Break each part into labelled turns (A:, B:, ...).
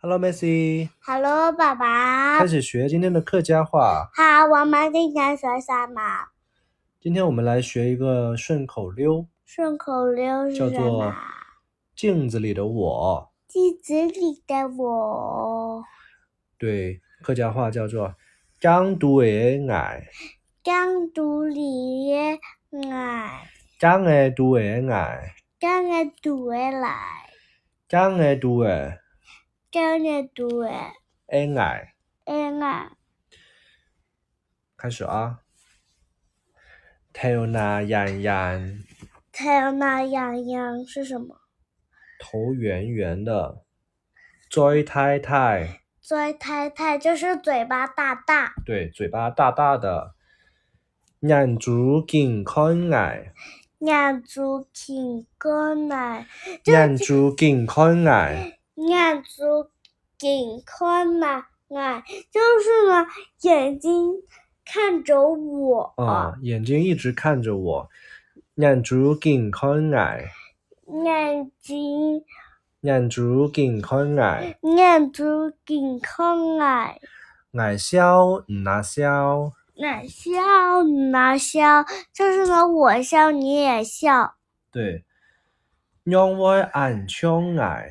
A: Hello, Messi，
B: Hello，爸爸
A: 开。始学今天的客家话。
B: 好，我们今天学什么？
A: 今天我们来学一个顺口溜，
B: 顺口溜是
A: 叫
B: 什
A: 做
B: 么？
A: “镜子里的我
B: 镜子里的我，”。
A: 对，客家话叫做“张独为矮，
B: 张肚里嗯爱，
A: 张哎独为矮，
B: 张个肚来，
A: 张哎独为
B: 张个肚哎
A: 矮”。
B: 爱。
A: 开始啊！头那圆圆，
B: 太阳那样样是什么？
A: 头圆圆的，嘴太太，
B: 嘴太太就是嘴巴大大，
A: 对，嘴巴大大的，眼珠紧看矮。
B: 眼珠挺高来，
A: 眼珠紧看眼，
B: 眼珠紧看呐，哎，就是呢，眼睛看着我，
A: 啊、眼睛一直看着我。眼珠紧看眼，
B: 眼睛
A: 眼珠紧看眼，
B: 眼珠紧看哎，
A: 眼笑唔那笑，
B: 俺笑哪笑，就是呢，我笑你也笑，
A: 对。因为眼腔眼，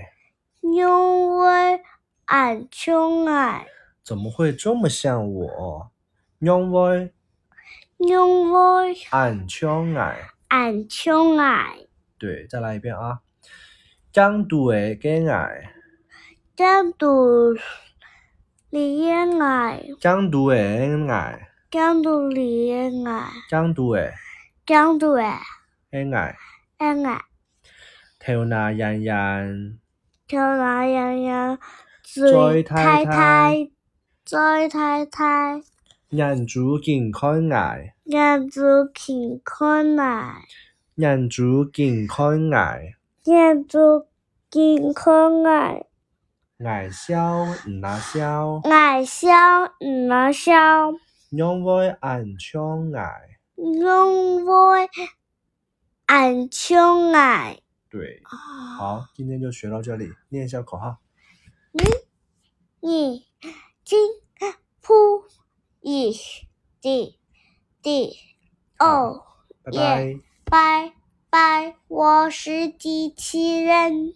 B: 因为俺穷哎，
A: 怎么会这么像我？因为
B: 因为
A: 眼腔眼，
B: 俺穷哎，
A: 对，再来一遍啊。张肚诶嘅眼，
B: 真肚里哎，
A: 张肚诶眼，
B: 真肚里哎，
A: 张肚诶
B: 真肚哎。
A: 眼，
B: 安俺
A: 头那圆圆。
B: 头脑痒痒，
A: 嘴
B: 嘴
A: 太太
B: 太太，嘴太太，
A: 人主健康癌，
B: 眼珠挺看来，
A: 人主健康癌，
B: 眼珠挺看来，
A: 癌消唔那消，
B: 爱笑唔能笑，
A: 因为眼腔癌。
B: 因为俺穷爱。
A: 对，好，今天就学到这里，念一下口号。
B: 眼睛扑一地地哦，
A: 拜拜。
B: 拜拜，我是机器人。